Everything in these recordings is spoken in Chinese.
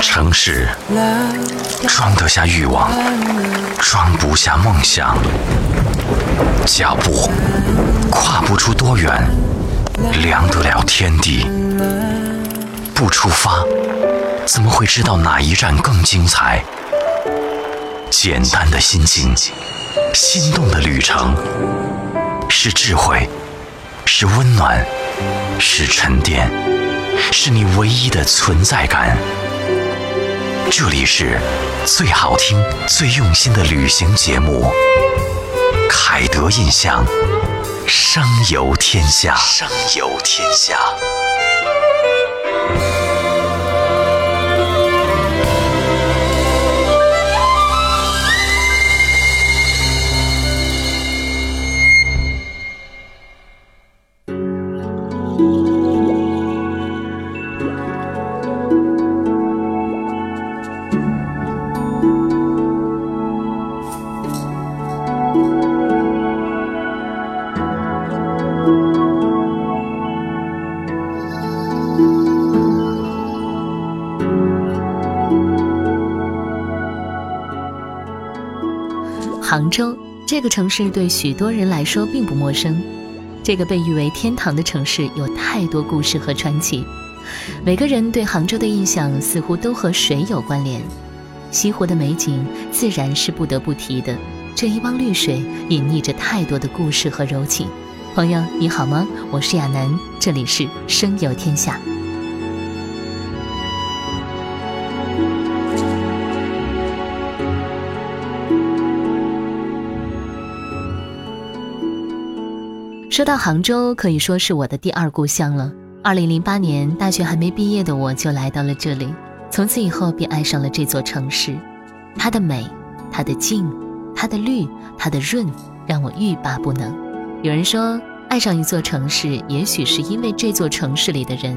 城市装得下欲望，装不下梦想。脚步跨不出多远，量得了天地。不出发，怎么会知道哪一站更精彩？简单的心情，心动的旅程，是智慧，是温暖，是沉淀，是你唯一的存在感。这里是最好听、最用心的旅行节目《凯德印象》，声游天下。声游天下。杭州这个城市对许多人来说并不陌生，这个被誉为天堂的城市有太多故事和传奇。每个人对杭州的印象似乎都和水有关联，西湖的美景自然是不得不提的。这一汪绿水隐匿着太多的故事和柔情。朋友，你好吗？我是亚楠，这里是声游天下。说到杭州，可以说是我的第二故乡了。二零零八年大学还没毕业的我就来到了这里，从此以后便爱上了这座城市，它的美，它的静，它的绿，它的润，让我欲罢不能。有人说，爱上一座城市，也许是因为这座城市里的人。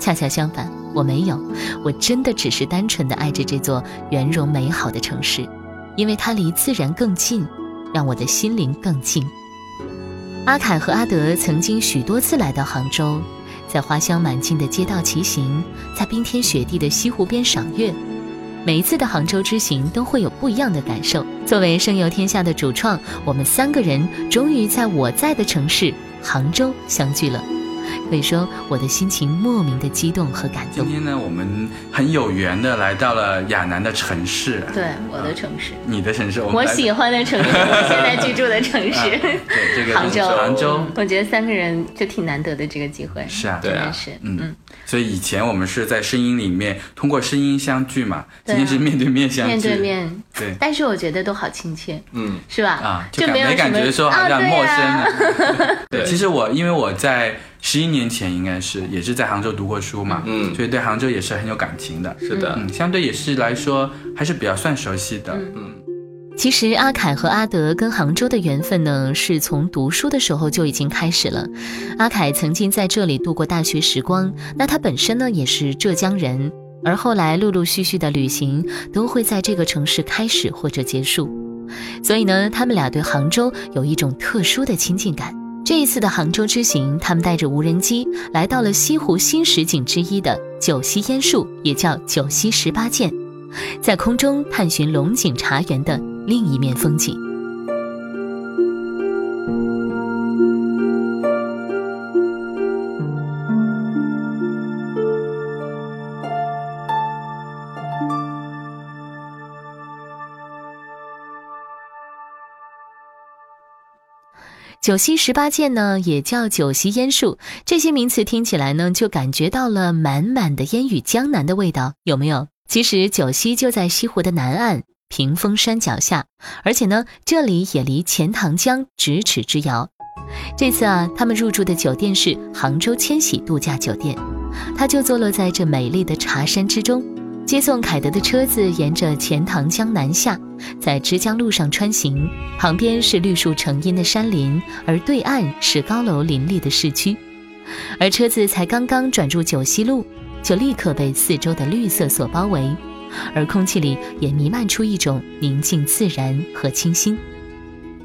恰恰相反，我没有，我真的只是单纯的爱着这座圆融美好的城市，因为它离自然更近，让我的心灵更近。阿凯和阿德曾经许多次来到杭州，在花香满径的街道骑行，在冰天雪地的西湖边赏月。每一次的杭州之行都会有不一样的感受。作为声游天下的主创，我们三个人终于在我在的城市杭州相聚了。可以说，我的心情莫名的激动和感动今。天呢，我们很有缘的来到了亚楠的城市，对，我的城市，你的城市，我们我来喜欢的城 市，我现在居住的城啊市，对这个杭州。杭州我觉得三个人就挺难得的这个机会。啊是啊，对啊真的是，嗯嗯，所以以前我们是在声音里面通过声音相聚嘛，对今啊天是面对面相聚，面对，面，对但是我觉得都好亲切，嗯，是吧？啊，就感没有没什感么觉说好啊像对陌生啊了。 对，对其实我因为我在十一年前应该是也是在杭州读过书嘛，嗯所以对杭州也是很有感情的。是的，嗯，相对也是来说还是比较算熟悉的。嗯其实阿凯和阿德跟杭州的缘分呢，是从读书的时候就已经开始了。阿凯曾经在这里度过大学时光，那他本身呢也是浙江人，而后来陆陆续续的旅行都会在这个城市开始或者结束，所以呢，他们俩对杭州有一种特殊的亲近感。这一次的杭州之行，他们带着无人机来到了西湖新十景之一的九溪烟树，也叫九溪十八涧。在空中探寻龙井茶园的另一面风景。九溪十八涧呢，也叫九溪烟树，这些名词听起来呢，就感觉到了满满的烟雨江南的味道，有没有？其实九溪就在西湖的南岸屏风山脚下，而且呢，这里也离钱塘江咫尺之遥。这次啊，他们入住的酒店是杭州千禧度假酒店，它就坐落在这美丽的茶山之中。接送凯德的车子沿着钱塘江南下，在枝江路上穿行，旁边是绿树成荫的山林，而对岸是高楼林立的市区。而车子才刚刚转入九溪路，就立刻被四周的绿色所包围，而空气里也弥漫出一种宁静、自然和清新。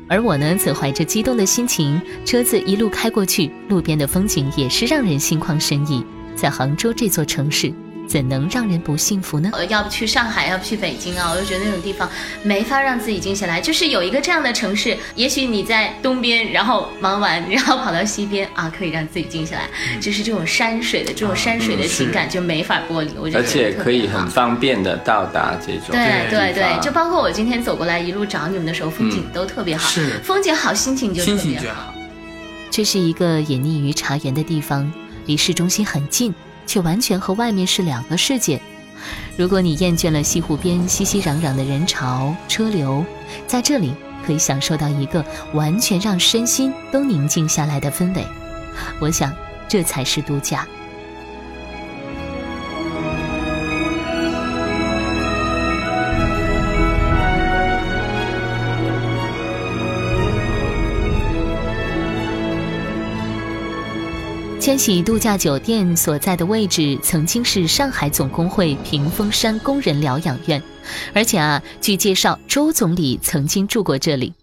而我呢，则怀着激动的心情，车子一路开过去，路边的风景也是让人心旷神怡。在杭州这座城市，怎能让人不幸福呢？呃，要不去上海，要不去北京啊，我就觉得那种地方没法让自己静下来。就是有一个这样的城市，也许你在东边，然后忙完，然后跑到西边啊，可以让自己静下来。嗯就是这种山水的这种山水的情感就没法剥离，我就觉得而且特别可以好很方便的到达这种对对对对，方就包括我今天走过来一路找你们的时候，风景都特别好，嗯是风景好，心情就心特情别就好。好。这是一个隐匿于茶园的地方，离市中心很近，却完全和外面是两个世界。如果你厌倦了西湖边熙熙攘攘的人潮车流，在这里可以享受到一个完全让身心都宁静下来的氛围。我想，这才是度假。千禧度假酒店所在的位置曾经是上海总工会屏风山工人疗养院，而且啊，据介绍，周总理曾经住过这里。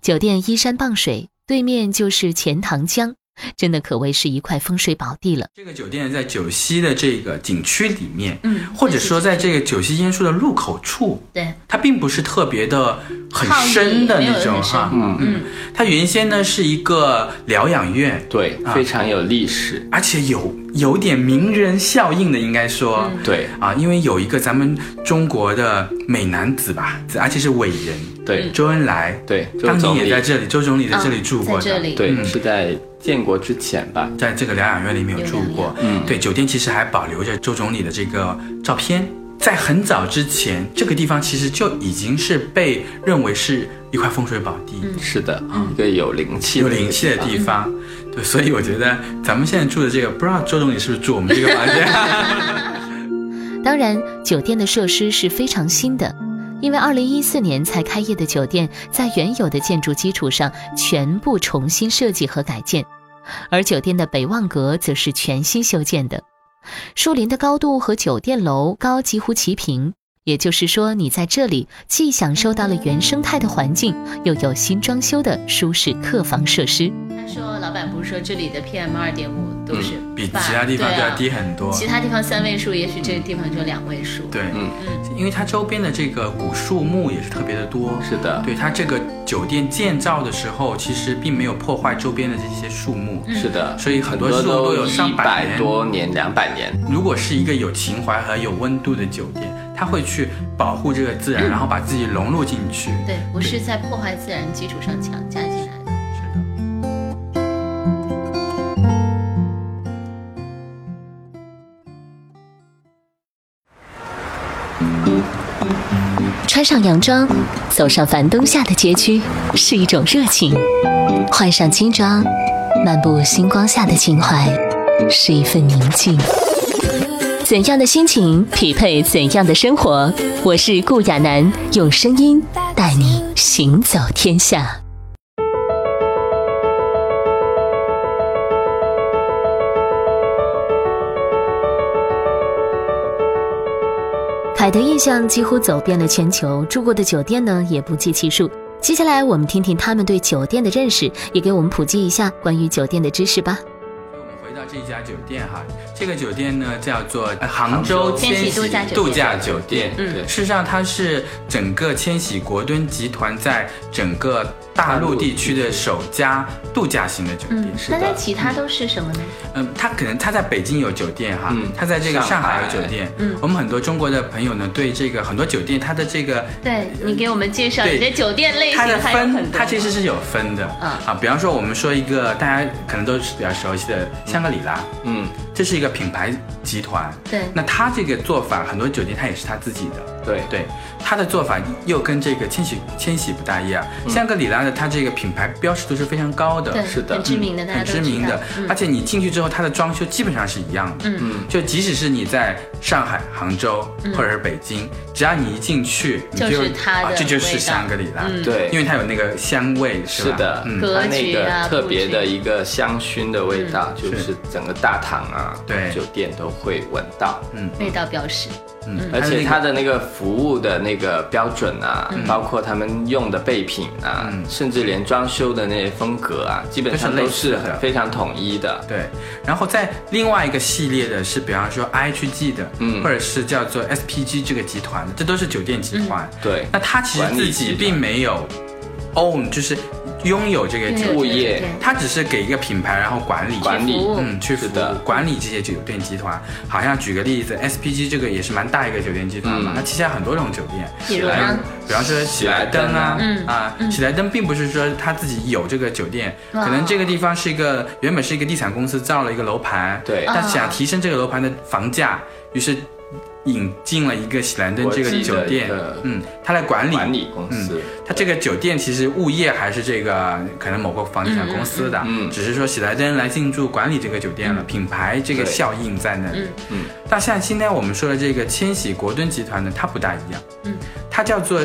酒店依山傍水，对面就是钱塘江，真的可谓是一块风水宝地了。这个酒店在九溪的这个景区里面，嗯或者说在这个九溪烟树的入口处，对，它并不是特别的很深的那种哈靠，里没有很深嗯，它原先呢是一个疗养院，对，啊非常有历史。而且有有点名人效应的，应该说。嗯对啊，因为有一个咱们中国的美男子吧，而且是伟人嗯对周恩来，对，周当年总也理在这里，周总理在这里住过在这的，里，对嗯是在建国之前吧？在这个疗养院里面有住过。嗯，对，酒店其实还保留着周总理的这个照片。在很早之前，这个地方其实就已经是被认为是一块风水宝地，是的，一个有灵气嗯有的一个灵气的地方。对，所以我觉得咱们现在住的这个，不知道周总理是不是住我们这个房间？当然，酒店的设施是非常新的，因为二零一四年才开业的酒店，在原有的建筑基础上全部重新设计和改建，而酒店的北望阁则是全新修建的。树林的高度和酒店楼高几乎齐平，也就是说，你在这里既享受到了原生态的环境，又有新装修的舒适客房设施。他说老板不是说这里的 PM 二点五都是嗯比八其他地方对就啊要低很多。其他地方三位数，也许这个地方就两位数。对，嗯因为它周边的这个古树木也是特别的多。是的，对，它这个酒店建造的时候，其实并没有破坏周边的这些树木。嗯是的，所以很多多树都有上一百百年多年、两百年。如果是一个有情怀和有温度的酒店，它会去保护这个自然，然后把自己融入进去。对，不是在破坏自然基础上强加进来的。是的。穿上洋装，走上樊登下的街区，是一种热情；换上轻装，漫步星光下的情怀，是一份宁静。怎样的心情匹配怎样的生活？我是顾亚楠，用声音带你行走天下。凯的印象几乎走遍了全球，住过的酒店呢也不计其数。接下来我们听听他们对酒店的认识，也给我们普及一下关于酒店的知识吧。所以我们回到这家酒店哈，这个酒店呢叫做呃杭州杭州千千禧禧度度假假酒店。嗯对事实上它是整个千禧国敦集团在整个大陆地区的首家度假型的酒店。嗯，是那的它其他都是什么呢？嗯，它可能它在北京有酒店哈，嗯它在这个上上海海有酒店。嗯我们很多中国的朋友呢，对这个很多酒店它的这个对你给我们介绍对你的酒店类型，它的还有分很，多它其实是有分的。嗯啊，比方说我们说一个大家可能都是比较熟悉的香格里拉，嗯，这是一个品牌集团。对那它这个做法，很多酒店它也是它自己的。对对，它的做法又跟这个千禧千禧不大一样。香格里拉的它这个品牌标识度是非常高的，嗯对是的很知名的，大家很都知名道的，嗯而且你进去之后，它的装修基本上是一样的。嗯嗯就即使是你在上海、杭州或者是北京，只要你一进去，你就就是它的啊，这就味是道香格里拉。嗯 对，因为它有那个香味，是是吧？的，嗯格它那局啊嗯个特别布的局一个香薰的味道，就是是整个大堂啊，啊，对酒店都会闻到。味道标识，嗯，而且它它的那个服务的那个标准啊，嗯包括他们用的备品啊，嗯甚至连装修的那些风格啊，基本上都是都类是似的很非常统一的。对，然后在另外一个系列的是，比方说 IHG 的，嗯或者是叫做 SPG 这个集团的，这都是酒店集团。对，那它其实自己并没有 own，就是拥有这个酒物店，业对它只是给一个品牌，然后管理管理服务嗯，去是服务的管理这些酒店集团。好像举个例子，SPG 这个也是蛮大一个酒店集团嘛，嗯它旗下很多种酒店，比如然后呢，比方说喜来登啊，嗯啊，喜来登并不是说他自己有这个酒店，哇可能这个地方是一个原本是一个地产公司造了一个楼盘，对他想提升这个楼盘的房价，于是引进了一个喜来登这个酒店国际的一个，嗯，他来管理管理公司，它这个酒店其实物业还是这个可能某个房地产公司的，嗯嗯嗯嗯只是说喜来登来进驻管理这个酒店了，品牌这个对效应在那里。嗯嗯但像现在我们说的这个千禧国敦集团呢，它不大一样，嗯，它叫做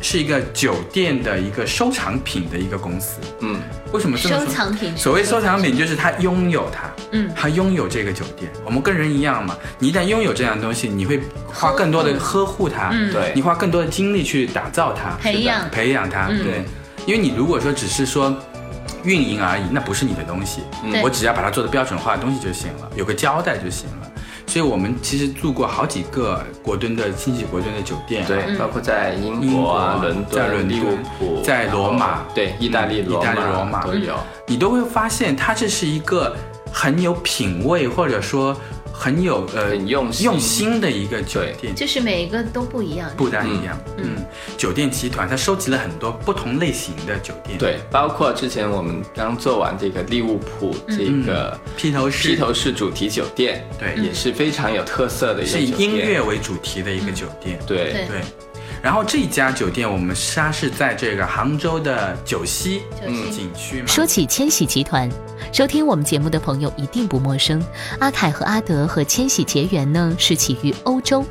是一个酒店的一个收藏品的一个公司。嗯，为什么这么收说？藏品，所谓收藏品，就是他拥有它，嗯他拥有这个酒店。我们跟人一样嘛，你一旦拥有这样的东西，你会花更多的呵护它，嗯对你花更多的精力去打造它，培养是的培养它，嗯对。因为你如果说只是说运营而已，那不是你的东西，对我只要把它做的标准化的东西就行了，有个交代就行了。所以我们其实住过好几个国敦的亲戚国敦的酒店，啊对，包括在英嗯英国国啊、伦在敦、伦敦利物浦、在然后罗马嗯对，意大利罗意大利罗马都有。嗯你都会发现它这是一个很有品味，或者说很有呃很用心用心的一个酒店，就是每一个都不一样，不大一样。嗯，酒店集团它收集了很多不同类型的酒店，，对，包括之前我们刚做完这个利物浦这个披头士披头士主题酒店，对也是非常有特色的一是个以酒店。嗯音乐为主题的一个酒店，对对对。然后这家酒店，我们它是在这个杭州的九溪九溪景区嘛，说起千禧集团，收听我们节目的朋友一定不陌生。阿凯和阿德和千禧结缘呢，是起于欧洲，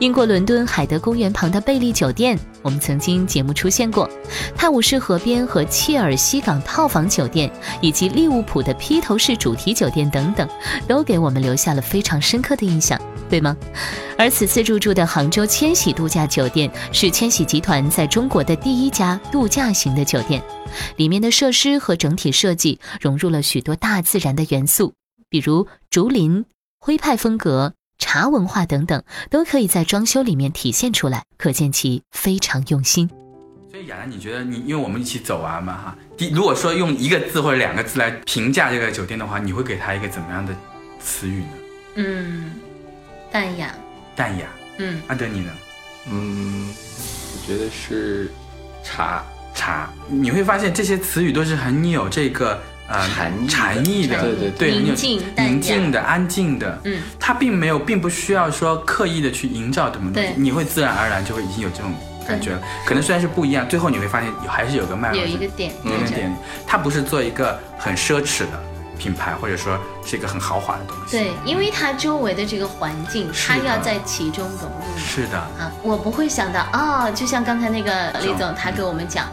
英国伦敦海德公园旁的贝利酒店，我们曾经节目出现过；泰晤士河边和切尔西港套房酒店，以及利物浦的披头士主题酒店等等，都给我们留下了非常深刻的印象，对吗？而此次入住的杭州千禧度假酒店，是千禧集团在中国的第一家度假型的酒店。里面的设施和整体设计融入了许多大自然的元素，比如竹林、徽派风格、茶文化等等，都可以在装修里面体现出来，可见其非常用心。所以雅兰，你觉得你因为我们一起走完嘛哈，第如果说用一个字或者两个字来评价这个酒店的话，你会给它一个怎么样的词语呢？嗯，淡雅，淡雅。嗯，阿德你呢？嗯，我觉得是茶，茶，你会发现这些词语都是很有这个呃嗯禅意的禅意的，对对对很有宁静淡雅宁静的、安静的。嗯，它并没有，并不需要说刻意的去营造什么东西对，你会自然而然就会已经有这种感觉了。可能虽然是不一样，最后你会发现有还是有个脉络有在，一个点嗯有一在个这儿，点，它不是做一个很奢侈的品牌，或者说是一个很豪华的东西。对，因为它周围的这个环境，是它的要在其中融入。是的，啊，我不会想到哦，就像刚才那个李总他给我们讲，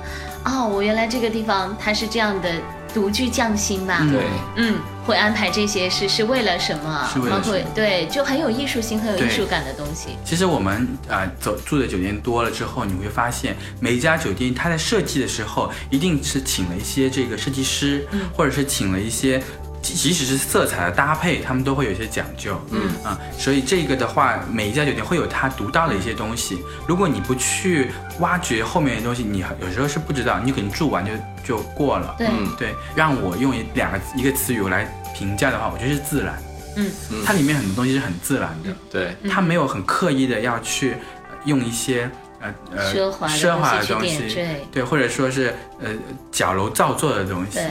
哦，我原来这个地方它是这样的独具匠心吧？嗯对，嗯，会安排这些是是为了什么？是为了包括什么对，就很有艺术性、很有对艺术感的东西。其实我们啊、呃走住的酒店多了之后，你会发现每一家酒店它在设计的时候，一定是请了一些这个设计师，或者是请了一些。即即使是色彩的搭配，他们都会有一些讲究，嗯啊，所以这个的话，每一家酒店会有它独到的一些东西。如果你不去挖掘后面的东西，你有时候是不知道，你可能住完就就过了。对，嗯对，让我用一两个一个词语我来评价的话，我觉得是自然。嗯嗯它里面很多东西是很自然的。对，他没有很刻意的要去呃用一些呃呃奢华的奢华的东东西去点西缀，对，或者说是呃矫揉造作的东西对。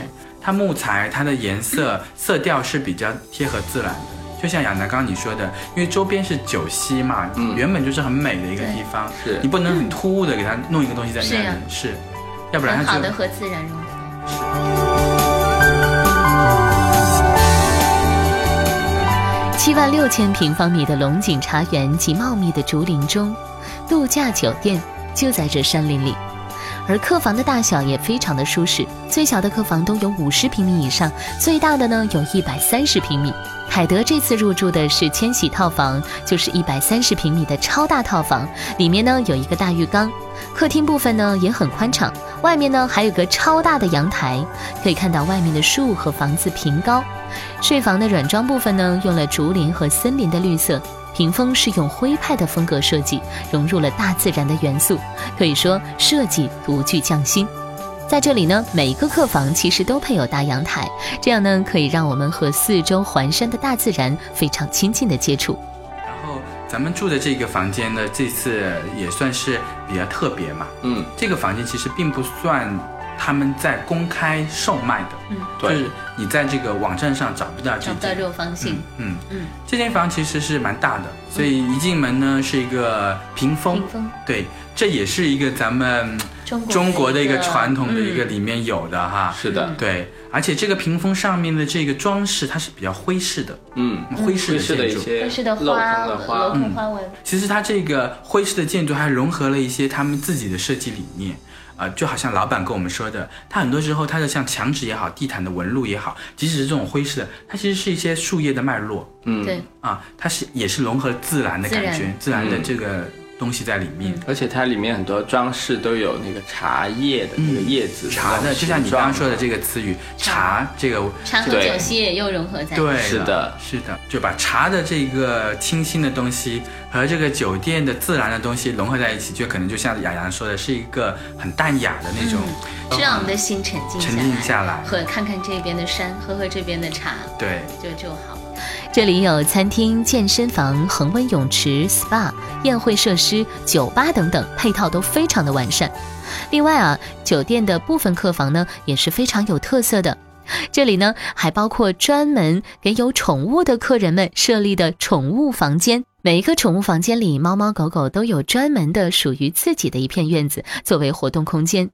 它木材、它的颜色、 色调是比较贴合自然的，就像亚楠刚刚你说的，因为周边是九溪嘛，嗯原本就是很美的一个地方，对是你不能很突兀的给它弄一个东西在那是里呀，是要不然很它好就的和自然融合。七万六千平方米的龙井茶园及茂密的竹林中，度假酒店就在这山林里。而客房的大小也非常的舒适，最小的客房都有五十平米以上，最大的呢有一百三十平米。凯德这次入住的是千禧套房，就是一百三十平米的超大套房，里面呢有一个大浴缸，客厅部分呢也很宽敞，外面呢还有个超大的阳台，可以看到外面的树和房子平高。睡房的软装部分呢，用了竹林和森林的绿色，屏风是用徽派的风格设计，融入了大自然的元素，可以说设计独具匠心。在这里呢，每一个客房其实都配有大阳台，这样呢可以让我们和四周环山的大自然非常亲近的接触。然后咱们住的这个房间呢，这次也算是比较特别嘛。嗯，这个房间其实并不算他们在公开售卖的，嗯就对是你在这个网站上找不到这找不到这间。种房型嗯。嗯，嗯，这间房其实是蛮大的，所以一进门呢是一个屏风，屏风对，这也是一个咱们中国中国的一个传统的一个嗯里面有的哈，是的，对，而且这个屏风上面的这个装饰它是比较徽式的，嗯，徽式会的是建的一筑，嗯些嗯都是的镂花，空的镂花，嗯空花纹，其实它这个徽式的建筑还融合了一些他们自己的设计理念，呃，就好像老板跟我们说的，他很多时候他的像墙纸也好，地毯的纹路也好，即使是这种徽式的，它其实是一些树叶的脉络嗯，对，啊，它是也是融合了自然的感觉，自然的这个东西在里面。而且它里面很多装饰都有那个茶叶的那个叶子，嗯茶的，就像你刚刚说的这个词语“茶”这个，茶和对酒席也又融合在一起。对，是的，是的，就把茶的这个清新的东西和这个酒店的自然的东西融合在一起，就可能就像雅阳说的，是一个很淡雅的那种，嗯嗯这样我们的心沉静沉下静来，下来。和看看这边的山，喝喝这边的茶，对，就就好了。这里有餐厅、健身房、恒温泳池、SPA、宴会设施、酒吧等等，配套都非常的完善。另外啊，酒店的部分客房呢也是非常有特色的。这里呢还包括专门给有宠物的客人们设立的宠物房间，每一个宠物房间里，猫猫狗狗都有专门的属于自己的一片院子作为活动空间。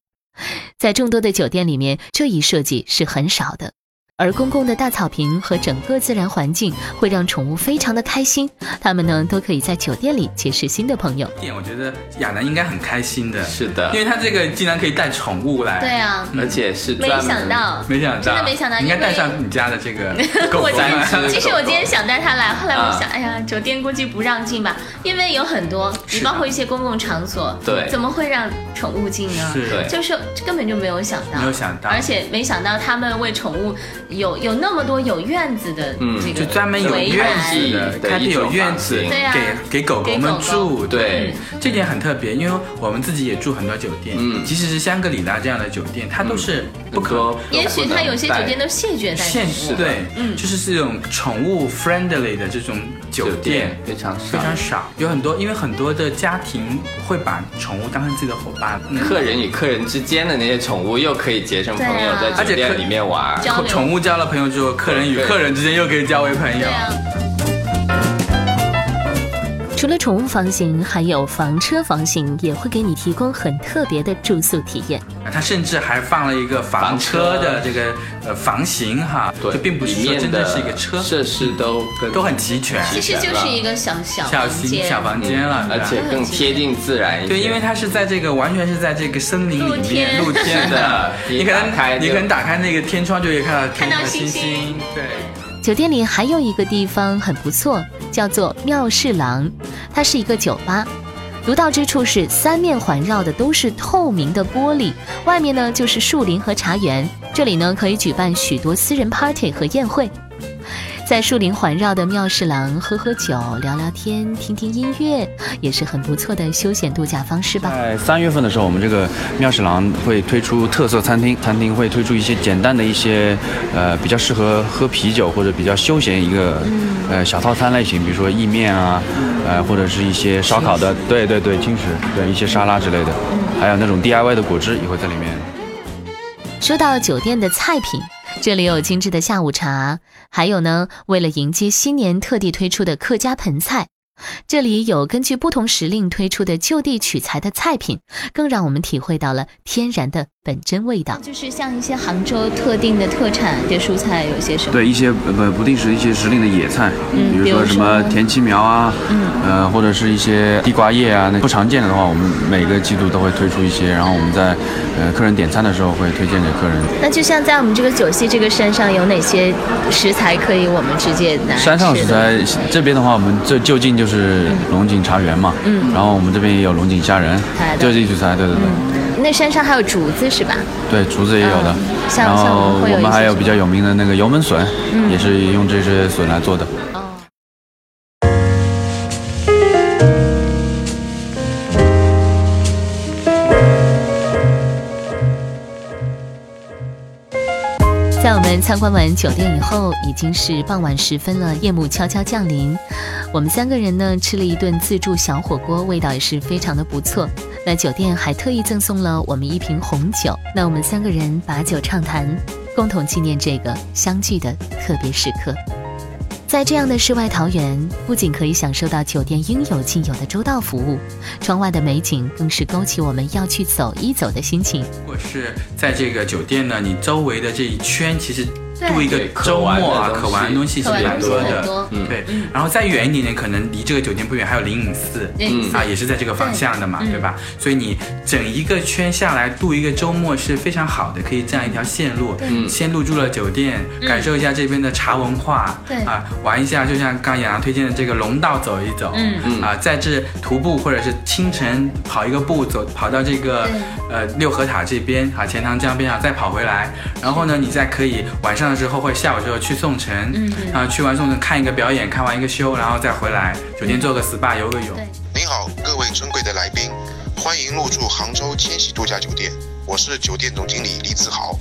在众多的酒店里面，这一设计是很少的。而公共的大草坪和整个自然环境会让宠物非常的开心，它们呢都可以在酒店里结识新的朋友。这点我觉得亚楠应该很开心的，是的因为他这个竟然可以带宠物来，对，啊，而且是没专门想到，没想到，真的没想到，你应该因为带上你家的这 个狗我狗今三来。天，只其实我狗狗今天想带它来，后来我啊想，哎呀，酒店估计不让进吧，因为有很多，你是的包括一些公共场所，对怎么会让宠物进呢？是对就是根本就没有想到，没有想到而且没想到他们为宠物有有那么多有院子的嗯这个就专门有围栏院子的它一有种院房子型对啊给给狗给狗们狗狗住，对，这点很特别，因为我们自己也住很多酒店，嗯即使是香格里拉这样的酒店，它都是不可多也许它有些酒店都都谢绝带宠限物制，对，嗯就是这种宠物 friendly 的这种酒酒店店非常少非，常少，有很多，因为很多的家庭会把宠物当成自己的伙伴，嗯客人与客人之间的那些宠物又可以结成朋友，对啊在酒店里面玩儿。交流宠物交了朋友之后，客人与对客人之间又可以交为朋友对。啊，除了宠物房型，还有房车房型，也会给你提供很特别的住宿体验。啊它甚至还放了一个房车的这个呃房型哈，对，就并不是里说面真的正是一个车，设施都跟都很齐全，其实就是一个小小小房型间，小房间了，对嗯而吧且更贴近自然一些。对，因为它是在这个完全是在这个森林里面露天露天是的你可一打开能就你可能打开那个天窗就可以看到看到天上的星星星，对，酒店里还有一个地方很不错，叫做妙侍郎，它是一个酒吧。独到之处是三面环绕的都是透明的玻璃，外面呢就是树林和茶园。这里呢可以举办许多私人 party 和宴会。在树林环绕的妙侍郎喝喝酒、聊聊天、听听音乐，也是很不错的休闲度假方式吧。在三月份的时候，我们这个妙史郎会推出特色餐厅，餐厅会推出一些简单的一些，呃，比较适合喝啤酒或者比较休闲一个，呃，小套餐类型，比如说意面啊，呃，或者是一些烧烤的，对对对，轻食，对一些沙拉之类的，还有那种 DIY 的果汁也会在里面。说到酒店的菜品，这里有精致的下午茶，还有呢，为了迎接新年特地推出的客家盆菜，这里有根据不同时令推出的就地取材的菜品，更让我们体会到了天然的本真味道。就是像一些杭州特定的特产，比如蔬菜有些什么。对一些呃不定时一些时令的野菜，嗯比如比如说什么说嗯田七苗啊，呃或者是一些地瓜叶啊，那不常见的话，我们每个季度都会推出一些，然后我们在呃客人点餐的时候会推荐给客人。那就像在我们这个九溪这个山上，有哪些食材可以我们直接拿来哎吃的？嗯山上食材这边的话，我们这就近就是龙井茶园嘛，嗯，然后我们这边也有龙井虾仁哎，对就地取材，对对对。那山上还有竹子是吧？对，竹子也有的嗯，像然像后我们会有我一些们还有什么嗯比较有名的那个油焖笋，也是用这些笋来做的。哦，在我们参观完酒店以后，已经是傍晚时分了，夜幕悄悄降临。我们三个人呢吃了一顿自助小火锅，味道也是非常的不错。那酒店还特意赠送了我们一瓶红酒。那我们三个人把酒畅谈，共同纪念这个相聚的特别时刻。在这样的世外桃源，不仅可以享受到酒店应有尽有的周到服务，窗外的美景更是勾起我们要去走一走的心情。或者是在这个酒店呢，你周围的这一圈其实对度一个对可周末玩啊的，东可玩的西东西是可玩的蛮东西多很的。多嗯对，然后再远一点点，可能离这个酒店不远，还有灵隐寺。嗯啊，也是在这个方向的嘛，对对吧？所以你整一个圈下来，度一个周末是非常好的，可以这样一条线路，嗯先入住了酒店，感受一下这边的茶文化，嗯对啊，玩一下，就像刚杨洋推荐的这个龙道走一走，嗯啊，在这徒步或者是清晨跑一个步走，跑到这个对呃六合塔这边啊，钱塘江边上再跑回来，然后呢，你再可以晚上的时候或者下午的时候去宋城，嗯啊，去完宋城看一个表演，看完一个秀，然后再回来酒店做个 SPA 游个泳。对您好，各位尊贵的来宾，欢迎入住杭州千禧度假酒店，我是酒店总经理李子豪。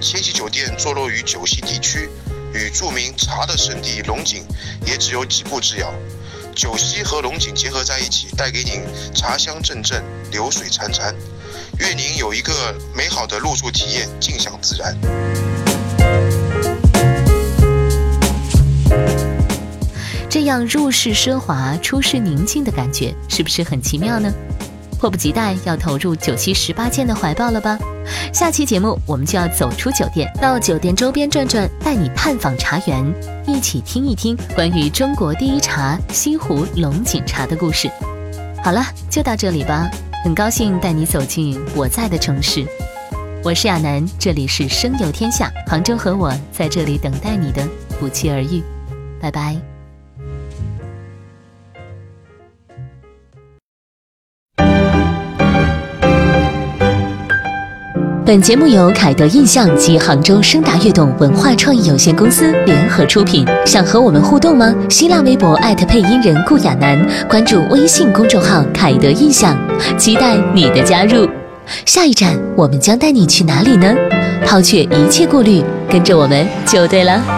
千禧酒店坐落于九溪地区，与著名茶的圣地龙井也只有几步之遥。九溪和龙井结合在一起，带给您茶香阵阵，流水潺潺。愿您有一个美好的入住体验，尽享自然。这样入世奢华、出世宁静的感觉，是不是很奇妙呢？迫不及待要投入九溪十八间的怀抱了吧？下期节目我们就要走出酒店，到酒店周边转转，带你探访茶园，一起听一听关于中国第一茶西湖龙井茶的故事。好了，就到这里吧。很高兴带你走进我在的城市，我是亚楠，这里是声游天下，杭州和我在这里等待你的不期而遇，拜拜。本节目由凯德印象及杭州声达悦动文化创意有限公司联合出品。想和我们互动吗？新浪微博艾特配音人顾亚楠，关注微信公众号“凯德印象”，期待你的加入。下一站我们将带你去哪里呢？抛却一切顾虑，跟着我们就对了。